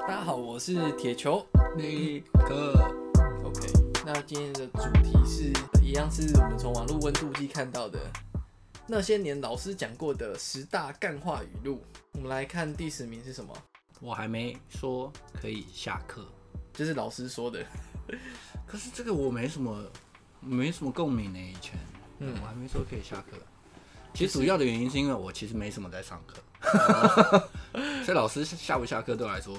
大家好，我是铁球。那个 OK，那今天的主题是一样是我们从网络温度计看到的那些年老师讲过的十大干话语录。我们来看第十名是什么，我还没说可以下课，就是老师说的。可是这个我没什么没什么共鸣呢。以前，嗯嗯，我还没说可以下课。其实主要的原因是因为我其实没什么在上课，哦 所以老师下不下课对我来说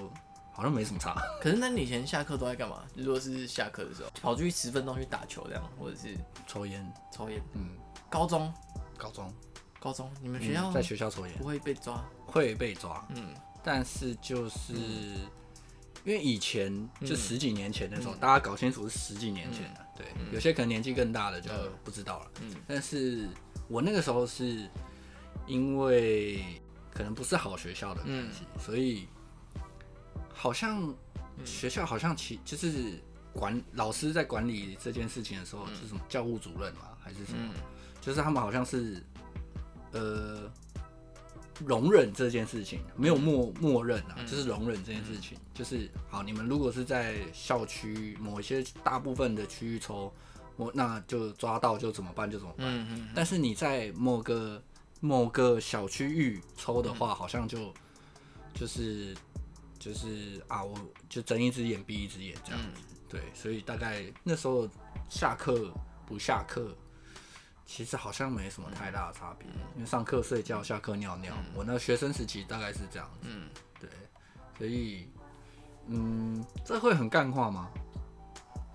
好像没什么差。可是那你以前下课都在干嘛？如果是下课的时候，跑出去十分钟去打球这样，或者是抽烟，抽烟。嗯，高中，高中高中你们嗯学校在学校抽烟不会被抓？会被抓，嗯但是就是。因为以前嗯就十几年前那时候，大家搞清楚是十几年前的、对，有些可能年纪更大的就嗯不知道了。嗯但是我那个时候是因为可能不是好学校的嗯关系，所以好像嗯学校好像其就是管老师在管理这件事情的时候，是什么教务主任嘛，还是什么？嗯就是他们好像是呃容忍这件事情，没有默默认啊，就是容忍这件事情，就是好，你们如果是在校区某一些大部分的区域抽，我那就抓到就怎么办就怎么办，嗯嗯，但是你在某个某个小区域抽的话，好像就就是就是啊，我就睁一只眼闭一只眼这样嗯子。对，所以大概那时候下课不下课，其实好像没什么太大的差别，嗯因为上课睡觉，下课尿尿。我那学生时期大概是这样子。嗯对，所以嗯，这会很干话吗？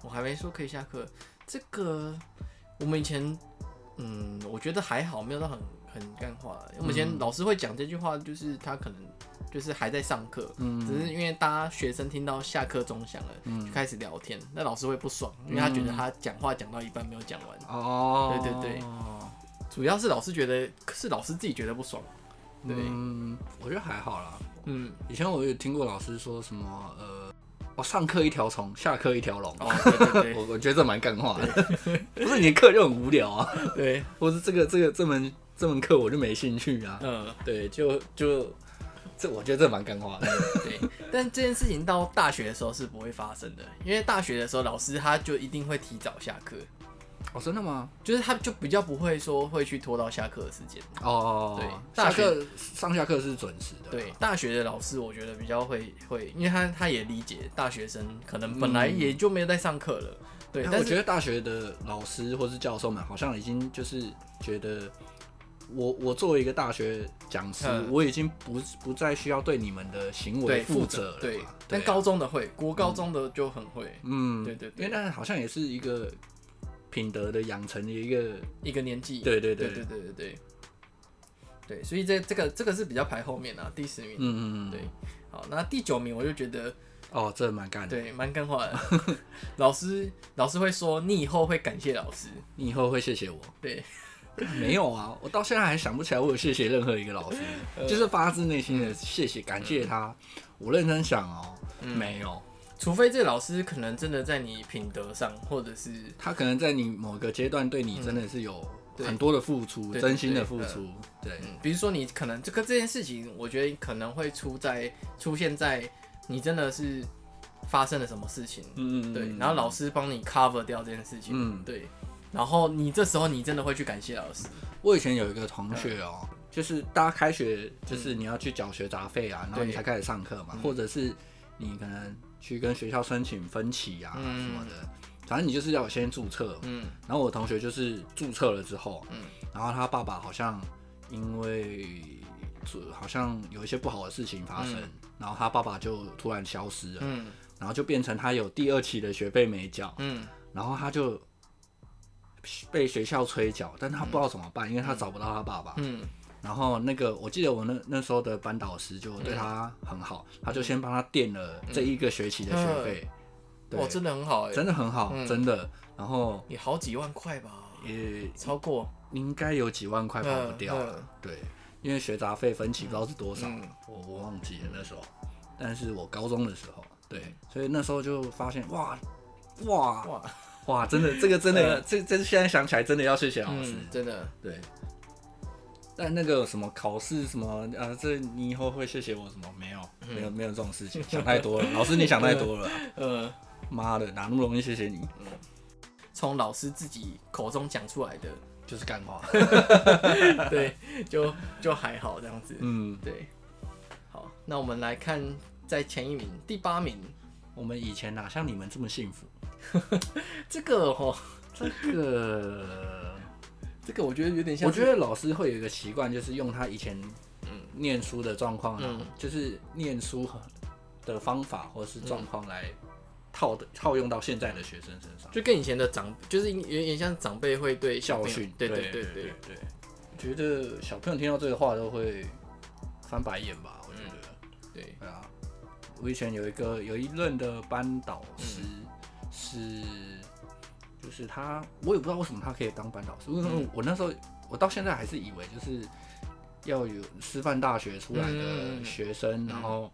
我还没说可以下课。这个我们以前，嗯，我觉得还好，没有到很很干话。我们以嗯前老师会讲这句话，就是他可能就是还在上课，嗯只是因为大家学生听到下课钟响了，就开始聊天，那老师会不爽，因为他觉嗯得他讲话讲到一半没有讲完，哦，对对对主要是老师觉得是老师自己觉得不爽。对，嗯，我觉得还好啦。嗯，以前我有听过老师说什么，呃，哦，上课一条虫，下课一条龙。哦，对对我我觉得这蛮干话的， 不是你的课就很无聊啊，对 对，或是这个这个这门这门课我就没兴趣啊。嗯。对，就就这，我觉得这蛮干话的。对，但这件事情到大学的时候是不会发生的，因为大学的时候老师他就一定会提早下课，哦，真的吗？就是他就比较不会说会去拖到下课的时间。哦，对大下学课上下课是准时的。对，，大学的老师我觉得比较会会，因为他他也理解大学生可能本来也就没有在上课了，对，但但我是觉得大学的老师或是教授们好像已经就是觉得我，我作为一个大学讲师，嗯我已经不不再需要对你们的行为对负负责了对嘛。，但啊高中的会，国高中的就很会，嗯，对对对因为那好像也是一个品德的养成的一个，一个年纪，对对对对对对对对，对，所以这这个这个是比较排后面啊，第十名，嗯嗯嗯，对，好，那第九名我就觉得。哦，这蛮干的。对，蛮干话的。老师老师会说，你以后会感谢老师。你以后会谢谢我？对， 没有啊，我到现在还想不起来我有谢谢任何一个老师，就是发自内心的谢谢，感谢他。我认真想哦，没有，除非这老师可能真的在你品德上，或者是他可能在你某个阶段对你真的是有对很多的付出，对真心的对付嗯出，对，嗯，比如说你可能这个这件事情，我觉得可能会出在出现在你真的是发生了什么事情，嗯对，然后老师帮你 cover 掉这件事情，嗯对，然后你这时候你真的会去感谢老师，我以前有一个同学哦、就是大家开学就是你要去缴学杂费啊，然后嗯对嗯你才开始上课嘛，或者是你可能去跟学校申请分期啊嗯什么的，反正你就是要先注册。嗯然后我同学就是注册了之后，嗯然后他爸爸好像因为做好像有一些不好的事情发生，然后他爸爸就突然消失了，嗯然后就变成他有第二期的学费没缴，嗯然后他就被学校催缴，但他不知道怎么办，因为他找不到他爸爸。嗯然后那个我记得我那那时候的班导师就对他很好，他就先帮他垫了这一个学期的学费，嗯嗯，哇，对，真的很好哎、真的很好，真的。然后也好几万块吧，也超过，应该有几万块跑不掉了，嗯嗯对，因为学杂费分期不知道是多少，嗯我我忘记了那时候，但是我高中的时候，对，所以那时候就发现哇哇啊哇，哇，嗯真的，这个真的，这这现在想起来真的要谢谢老师。嗯，真的。对，但那个什么考试什么啊，这你以后会谢谢我什么？没有，没有，没有这种事情，想太多 了。老师，你想太多了啊。呃，妈的，哪那么容易谢谢你？从老师自己口中讲出来 的，就是干话。对，就就还好这样子。嗯，对，好，那我们来看在前一名，第八名，我们以前哪像你们这么幸福？这个哦，这个，这个我觉得有点像我是，觉得老师会有一个习惯，就是用他以前嗯念书的状况啊嗯，就是念书和的方法或是嗯状况来套的套用到现在的学生身上，就跟以前的长，就是有点像长辈会对小教朋友训。对对对对，觉得小朋友听到这个话都会翻白眼吧？我觉得。嗯对，对啊，我以前有一个有一任的班导师、嗯是，就是他，我也不知道为什么他可以当班导师，因嗯为我那时候我到现在还是以为就是要有师范大学出来嗯的学生，然后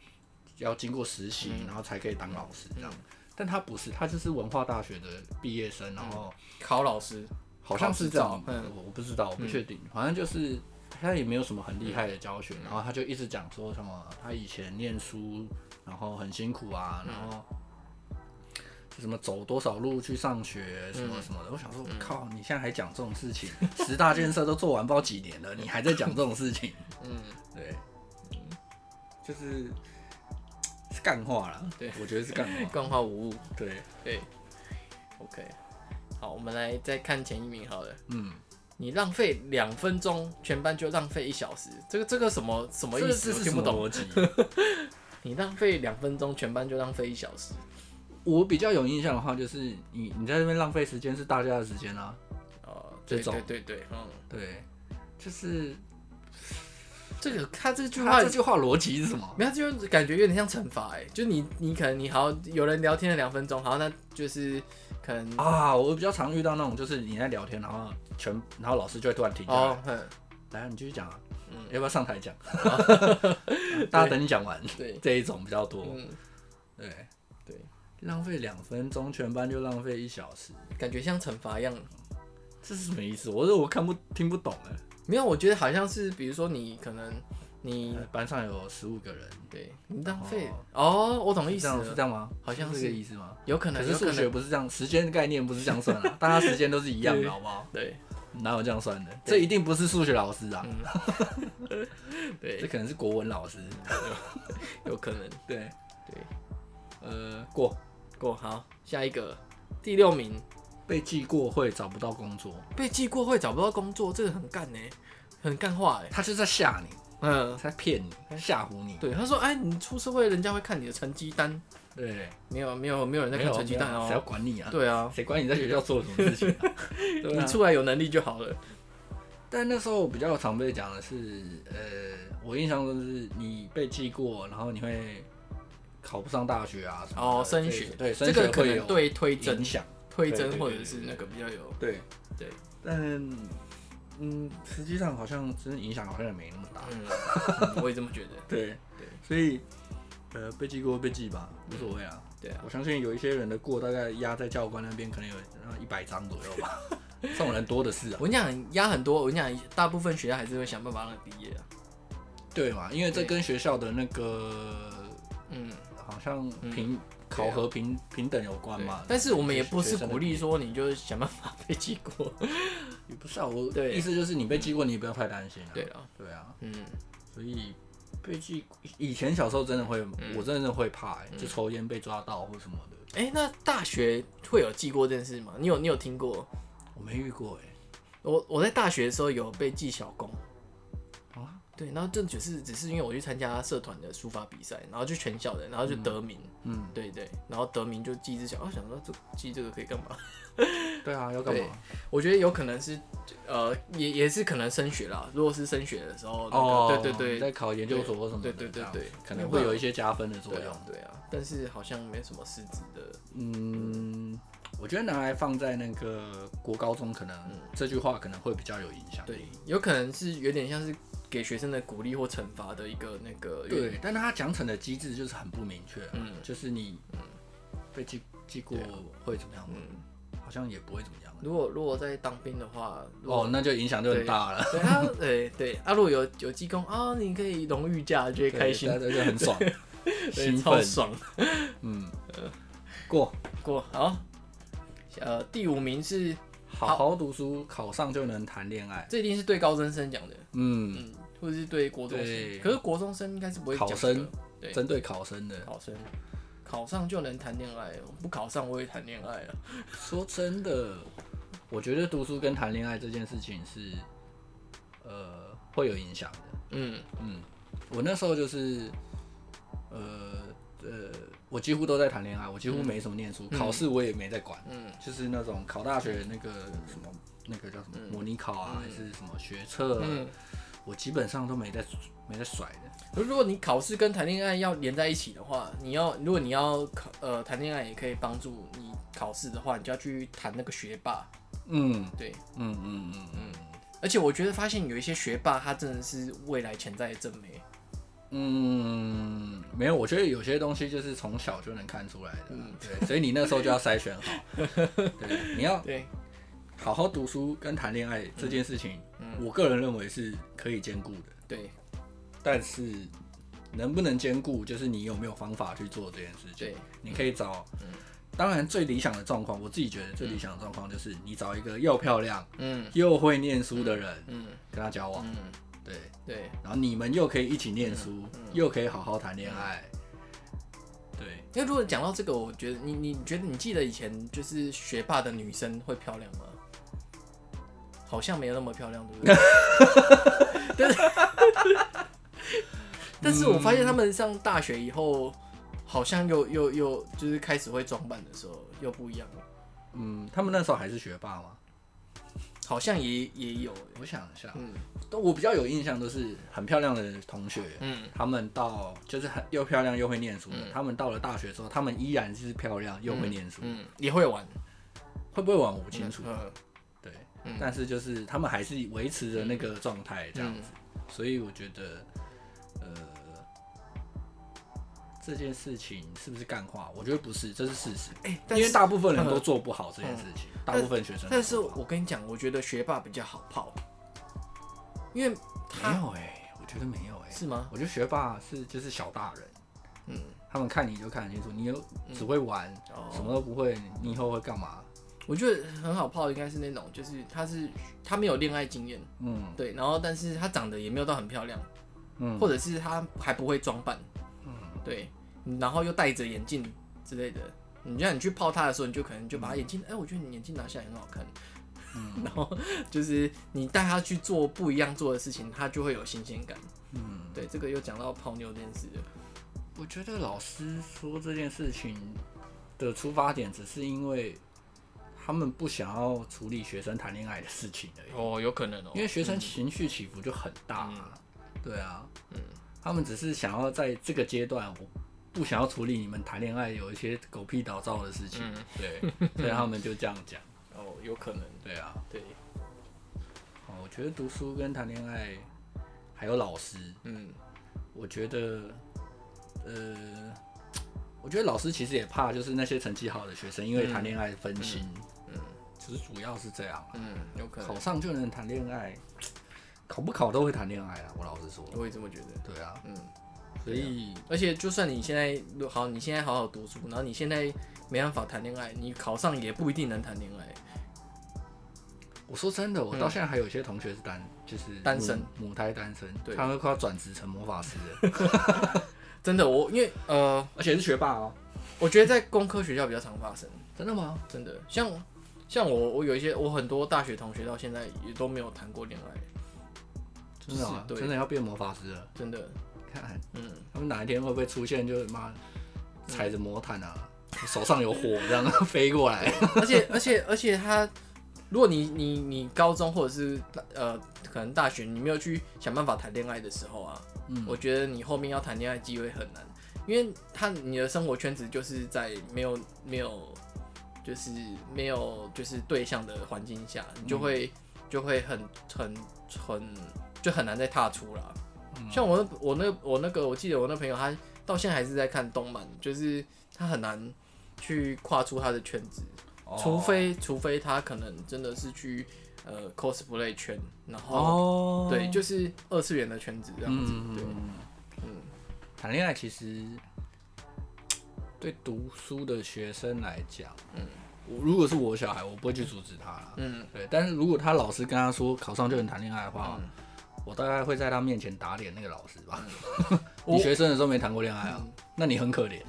要经过实习，然后才可以当老师这嗯样。但他不是，他就是文化大学的毕业生，嗯然后考老师，好像是这样，嗯考试照嗯我我不知道，我不确定，反正就是他也没有什么很厉害的教学，然后他就一直讲说什么他以前念书，然后很辛苦啊，嗯然后就什么走多少路去上学什么什么的。我想说，靠，你现在还讲这种事情，十大建设都做完不知道几年了，你还在讲这种事 情，嗯，对，嗯就是是干话啦，对，我觉得是干话，干话无误。对，对，OK，好，我们来再看前一名好了。嗯，你浪费两分钟，全班就浪费一小时，这个这个什么什么意思？这我是听什不么懂。逻辑？你浪费两分钟，全班就浪费一小时。我比较有印象的话，就是你你在那边浪费时间是大家的时间啊，哦，对这对种对对，嗯，对，就是这个他这句话他这句话逻辑是什么？没有，他就是感觉有点像惩罚哎，就你你可能你好有人聊天了两分钟，好，那就是可能啊，我比较常遇到那种，就是你在聊天，然后全，然后老师就会突然停下来，哦，哼，来啊，你继续讲啊，嗯哦要不要上台讲？ 大家等你讲完，对，这一种比较多，嗯，对对，浪费两分钟，全班就浪费一小时，感觉像惩罚一样。这是什么意思？我说我看不听不懂哎、没有，我觉得好像是比如说你可能你班上有十五个人，对你浪费哦，我懂意是思这样了是这，样吗？好像是是这个意思吗？有可可能，是有数可学能，不是这样，时间概念不是这样算 啊，大家时间都是一样对的，好不好？ 对哪有这样算的？这一定不是数学老师啊，这对，可能是国文老师。有可能，对，对，呃，过过好，下一个第六名，被记过会找不到工作，被记过会找不到工作，这个很干呢，很干话哎，他就是在吓你，嗯，他在骗你，吓唬你。对，他说哎，你出社会人家会看你的成绩单，对，没有没有没有人在没看有成绩单谁要哦，管你啊？对啊，谁管你在学校做了什么 事情啊？ 对你啊。出来有能力就好了，但那时候我比较常被讲的是，呃，我印象中是你被记过，然后你会考不上大学啊什么的哦，升这学，对，升这学个可会能有对推甄影、响。推对甄对或对者是对那个比较有，对对，但嗯，实际上好像真的影响好像也没那么大。嗯，我也这么觉得，对对，所以呃，被记过被记吧，无所谓啊。对啊，我相信有一些人的过大概压在教官那边，可能有一百张左 右吧。这种人多的是啊我，跟你讲压很多，我跟你讲大部分学校还是会想办法让你毕业啊，对嘛？因为这对跟学校的那个嗯。啊好像平、考核平平等有关对嘛。但是我们也不学是生的鼓励说你就想办法被记过。也不是啊，我对意思就是你被记过，你也不要太担心啊。对了，对啊，嗯，所以被记以前小时候真的会，嗯我真的会怕、欸，就抽烟被抓到或什么的。哎、那大学会有记过这件事吗？你有你有听过？我没遇过哎、我我在大学的时候有被记小工，啊，对，然后这只是只是因为我去参加社团的书法比赛，然后就全校的，然后就得名，嗯，对对，然后得名就记一只小，我、想说这记这个可以干嘛？ 对啊，要干嘛？我觉得有可能是，呃，也也是可能升学啦。如果是升学的时候，那个、哦，对对对，在考研究所或什么的，对对对这样对对可能会有一些加分的作对用啊。对啊，但是好像没什么实质的，嗯，我觉得拿来放在那个国高中，可能这句话可能会比较有影响。嗯对，有可能是有点像是给学生的鼓励或惩罚的一个那个原因，对，但他奖惩的机制就是很不明确啊，嗯啊就是你被记记过会怎么样？嗯，好像也不会怎么样。如果如果在当兵的话，如果哦，那就影响就很大了，对他， 对对，啊，如果有有技工啊，你可以荣誉假，就会对开心，大家就很 爽，对，兴超奋，爽。嗯，过，过好，呃，第五名是好好读书，考上就能谈恋爱，这一定是对高中生讲的，嗯，嗯，或者是对国中生，对可是国中生应该是不会讲考生对针对考生的这个，考生考上就能谈恋爱，我不考上我也谈恋爱啊，说真的，我觉得读书跟谈恋爱这件事情是，呃，会有影响的。嗯嗯，我那时候就是，呃呃，我几乎都在谈恋爱，我几乎没什么念书，考试我也没在管，嗯就是那种考大学那个什么那个叫什么模拟考啊，还是什么学测，啊嗯。我基本上都没在没在甩的。如果你考试跟谈恋爱要连在一起的话，你要如果你要考呃谈恋爱也可以帮助你考试的话，你就要去谈那个学霸。嗯对，嗯嗯嗯嗯而且我觉得发现有一些学霸，他真的是未来潜在的正妹。嗯，没有，我觉得有些东西就是从小就能看出来的啦，对，所以你那时候就要筛选好，对，你要对，好好读书跟谈恋爱这件事情，我个人认为是可以兼顾的。对，但是能不能兼顾，就是你有没有方法去做这件事情对。你可以找，当然最理想的状况，我自己觉得最理想的状况就是你找一个又漂亮嗯又会念书的人嗯跟他交往，嗯，对，对，然后你们又可以一起念嗯书，又可以好好谈恋爱，对，因为如果讲到这个，我觉得你你觉得你记得以前就是学霸的女生会漂亮吗？好像没有那么漂亮，对不对？但是，但 是我发现他们上大学以后，好像又又又就是开始会装扮的时候又不一样了，嗯，他们那时候还是学霸吗？好像也也有欸、我想一下，嗯但我比较有印象都是很漂亮的同学，嗯他们到就是很又漂亮又会念书的，嗯他们到了大学之后，他们依然是漂亮又会念书，嗯，也会玩，会不会玩我不清楚，嗯对，嗯但是就是他们还是维持着那个状态这样子，所以我觉得，呃，这件事情是不是干话？我觉得不是，这是事实，哎、但因为是大部分人都做不好这件事情，大但部分学生都但是做不好，我跟你讲，我觉得学霸比较好泡，因为他没有哎、我觉得没有哎、是吗？我觉得学霸是就是小大人，嗯，他们看你就看得清楚，你有只会玩，哦什么都不会，你以后会干嘛？我觉得很好泡，应该是那种，就是他是他没有恋爱经验，嗯对，然后但是他长得也没有到很漂亮，嗯，或者是他还不会装扮，嗯对，然后又戴着眼镜之类的。你让你去泡他的时候，你就可能就把他眼镜，嗯哎、我觉得你眼镜拿下来很好看。 然后就是你带他去做不一样做的事情，他就会有新鲜感。嗯，对，这个又讲到泡妞这件事了。我觉得老师说这件事情的出发点，只是因为他们不想要处理学生谈恋爱的事情而已，哦，有可能哦因为学生情绪起伏就很大、啊，对啊，嗯，他们只是想要在这个阶段，我不想要处理你们谈恋爱有一些狗屁倒灶的事情，嗯 对，所以他们就这样讲，哦，有可能，对啊，对，哦，我觉得读书跟谈恋爱，还有老师，嗯我觉得，呃，我觉得老师其实也怕，就是那些成绩好的学生，因为谈恋爱分心，嗯其实主要是这样啦。嗯，有可考能，上就能谈恋爱，考不考都会谈恋爱啊。我老实说，我也这么觉得，对啊，嗯。所以而且，就算你现在如好，你现在好好读书，然后你现在没办法谈恋爱，你考上也不一定能谈恋爱。我说真的，我到现在还有一些同学是单，就是单身母，母胎单身，对他们快要转职成魔法师 了，真的，我因为呃，而且是学霸哦。我觉得在工科学校比较常发生，真的吗？真的。像像我，我有一些我很多大学同学到现在也都没有谈过恋爱，真的吗？是对真的要变魔法师了？真的。看嗯，他们哪一天会不会出现，就是妈踩着魔 毯啊，手上有火这样飞过来？而且而且而且他，如果你你你高中或者是呃可能大学你没有去想办法谈恋爱的时候啊，嗯我觉得你后面要谈恋爱机会很难，因为他你的生活圈子就是在没有没有就是没有就是对象的环境下，你就会、就会很很很就很难再踏出啦。像我那我那我那个我记得我那朋友他到现在还是在看动漫，就是他很难去跨出他的圈子。哦除非除非他可能真的是去呃 cosplay 圈，然后、哦，对，就是二次元的圈子这样子，嗯，对，嗯嗯，谈恋爱其实对读书的学生来讲，嗯，如果是我小孩，我不会去阻止他啦。嗯，对，但是如果他老师跟他说考上就能谈恋爱的话，我大概会在他面前打脸那个老师吧。 你学生的时候没谈过恋爱啊？那你很可 怜，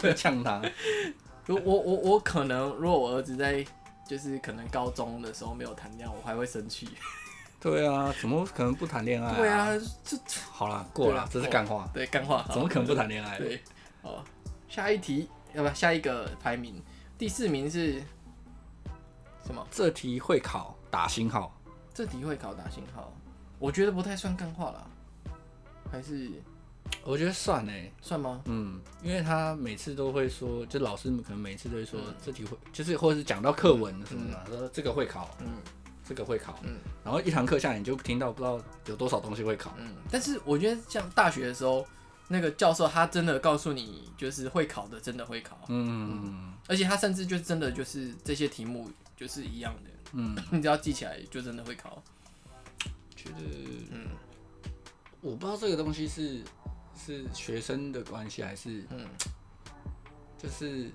会呛他。如我我我可能如果我儿子在就是可能高中的时候没有谈恋爱，我还会生 气。对啊，怎么可能不谈恋爱、对啊，，这好啦，过对啊了，这是过干话，对干话怎么可能不谈恋爱？对，好，下一题，要不下一个排名，第四名是什么？这题会考打星号，这题会考打星号，我觉得不太算干话啦，还是我觉得算哎、算吗？嗯，因为他每次都会说，就老师可能每次都会说、这题会，就是或者是讲到课文什么的，说这个会考，嗯这个会考，嗯然后一堂课下来你就听到不知道有多少东西会考，嗯，但是我觉得像大学的时候，那个教授他真的告诉你，就是会考的真的会考，嗯而且他甚至就真的就是这些题目就是一样的，嗯，你只要记起来就真的会考。 觉得，嗯，我不知道这个东西是是学生的关系还是，嗯就是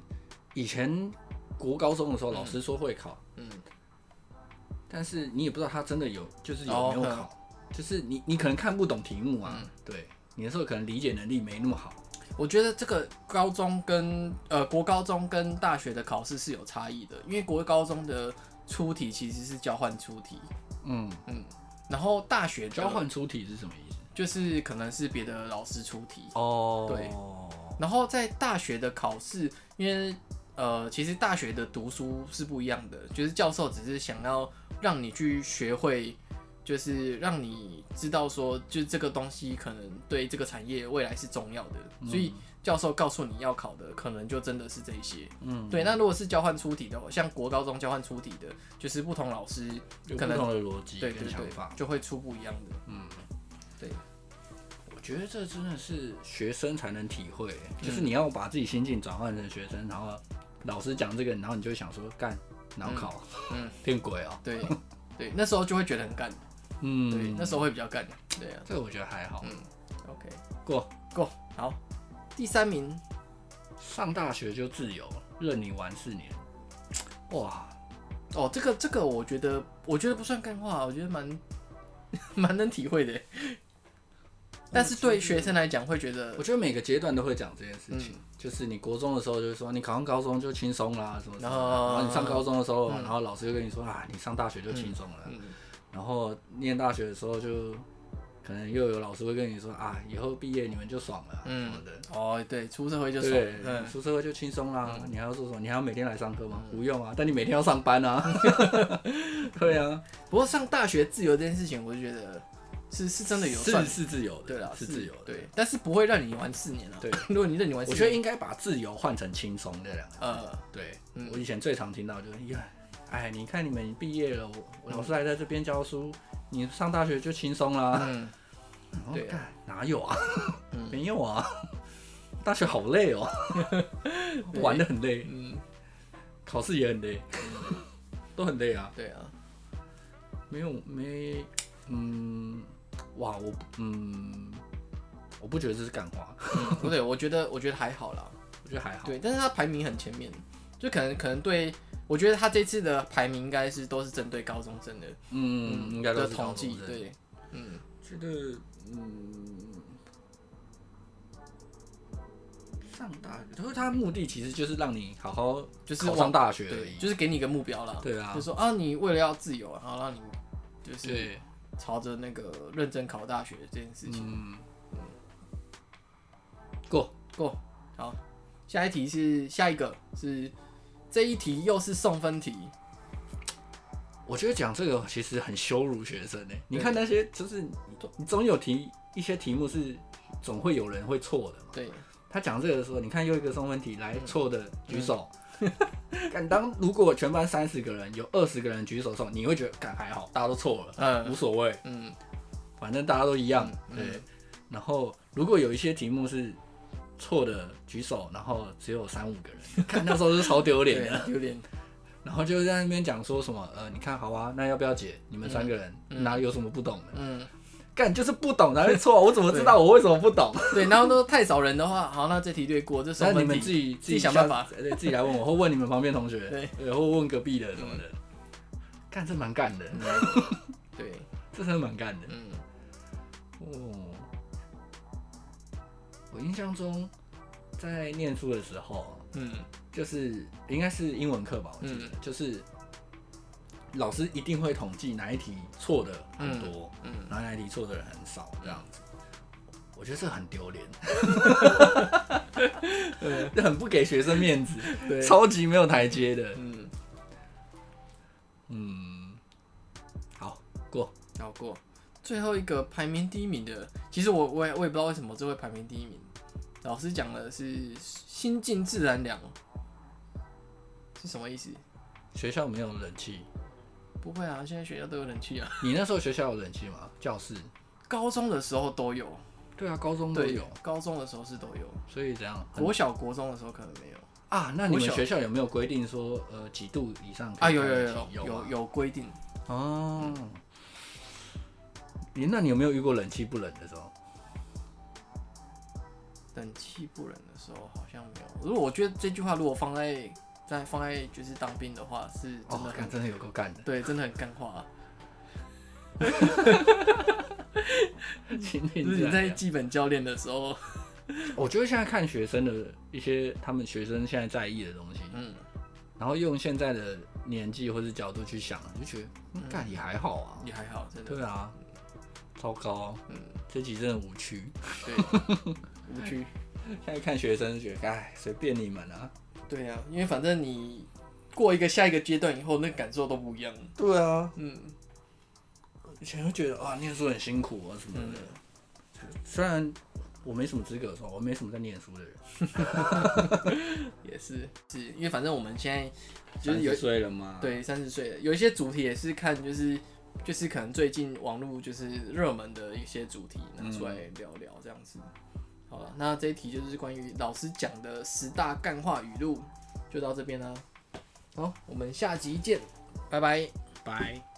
以前国高中的时候老师说会考，嗯但是你也不知道他真的有，就是有没有哦考，就是你你可能看不懂题目啊，嗯对，你那时候可能理解能力没那么好，我觉得这个高中跟呃国高中跟大学的考试是有差异的，因为国高中的出题其实是交换出题，嗯，嗯，然后大学的交换出题是什么意思？就是可能是别的老师出题，哦对，然后在大学的考试，因为呃其实大学的读书是不一样的，就是教授只是想要让你去学会。就是让你知道说，就是这个东西可能对这个产业未来是重要的，嗯所以教授告诉你要考的，可能就真的是这一些。嗯，对，那如果是交换出题的话，像国高中交换出题的，就是不同老师有可不能同的逻辑对对跟对想法，，就会出不一样的。嗯，对，我觉得这真的是学生才能体会，就是你要把自己心境转换成学生，然后老师讲这个，然后你就会想说干，然后考，嗯， 变鬼哦，对对，那时候就会觉得很干，嗯，对，那时候会比较干。对啊这个我觉得还好， ，OK，过过好，第三名，上大学就自由，任你玩四年，哇，哦，这个这个我觉得我觉得不算干话，我觉得蛮 蛮能体会的，但嗯是对学生来讲会觉得我觉得每个阶段都会讲这件事情，嗯就是你国中的时候就是说你考上高中就轻松啦，什么什么的，然后然后你上高中的时候，然后老师就跟你说啊，你上大学就轻松了，嗯然后念大学的时候就可能又有老师会跟你说啊，以后毕业你们就爽了、啊嗯什么的。哦，对，出社会就爽了对，，嗯，出社会就轻松啦。你还要做什么？你还要每天来上课吗？不用啊，但你每天要上班 啊。对啊，不过上大学自由这件事情，我就觉得是是真的有算是是自由的，对啦，啊是自由的。对，但是不会让你玩四年啊。对， 如果你让你玩四我年，觉得应该把自由换成轻松这两个字。呃，对，嗯我以前最常听到就是，呀，哎，你看你们毕业了，我嗯我老师还在这边教书，你上大学就轻松啦。嗯， 然后对啊哦干哪有啊？嗯 没有啊，大学好累哦， 对玩的很累，嗯，考试也很累， 都很累啊。对啊，没有没，嗯，哇，我嗯，我不觉得这是干话，嗯不对，我觉得我觉得还好啦。我觉得还好。对，但是他排名很前面，就可能可能对，我觉得他这次的排名应该是都是针对高中生的，嗯，应该都的是高统中计，生，对，嗯，觉得嗯，上大学，可是他目的其实就是让你好好就是考往上大学而对，已。就是给你一个目标啦。对啊就说啊，你为了要自由，然后让你就是对，朝着那个认真考大学这件事情。嗯，过过，好，下一题是下一个是这一题又是送分题，我觉得讲这个其实很羞辱学生呢、你看那些，就是你你总有题一些题目是总会有人会错的嘛。对，他讲这个的时候，你看又一个送分题，来错的举手。嗯敢当如果全班三十个人有二十个人举手送，你会觉得敢还好，大家都错了，无嗯所谓。嗯反正大家都一样，嗯对。然后如果有一些题目是错的举手，然后只有三五个人，看那时候是超丢脸的。对丢脸，然后就在那边讲说什么，呃，你看好啊，那要不要解？你们三个人、哪有什么不懂的？ 嗯，干就是不懂才会错，我怎么知道我为什么不懂？对，然后都太少人的话，好，那这题略过，这那送你分们题自己自己想办法下， 对，自己来问我，或问你们旁边同学，对对，或问隔壁的什么的。干这蛮干的，嗯对，这真的蛮干的。嗯，哦，我印象中在念书的时候，嗯就是应该是英文课吧，我记得、就是老师一定会统计哪一题错的很多，嗯嗯然后哪一题错的人很少这样子。我觉得这很 丢脸，这很不给学生面子，对超级没有台阶的。嗯，嗯，好过，好过。最后一个排名第一名的，其实我我也我也不知道为什么这会排名第一名。老师讲的是“心静自然凉”，是什么意思？学校没有冷气，不会啊，现在学校都有冷气啊。你那时候学校有冷气吗？教室？高中的时候都有，对啊，高中都对，有，高中的时候是都有，所以怎样？很国小国中的时候可能没有啊，那你国们小学校有没有规定说，呃，几度以上可啊，以有开有冷有气有有有吗有规定，哦。你那你有没有遇过冷气不冷的时候？冷气不冷的时候好像没有。如果我觉得这句话如果放在在放在就是当兵的话，是真的哦，很、干真的有够干的，对，真的很干话、啊。请嗯就你是你在在。基本教练的时候，我觉得现在看学生的一些他们学生现在在意的东西，嗯，然后用现在的年纪或是角度去想，就觉得嗯干、也还好啊。也还好，真的对 啊，糟糕，嗯这集真的无趣。对，无趣。现在看学生觉得，哎，随便你们啊。对啊，因为反正你过一个下一个阶段以后，那感受都不一样。对啊，嗯，以前就觉得啊，念书很辛苦啊什么的。虽然我没什么资格说，我没什么在念书的人，也是，是因为反正我们现在就是有30岁了嘛，，对三十岁了，有一些主题也是看就是就是可能最近网络就是热门的一些主题拿出来嗯聊聊这样子。好了，那这一题就是关于老师讲的十大干话语录，就到这边啦。好，我们下集见，拜拜。拜。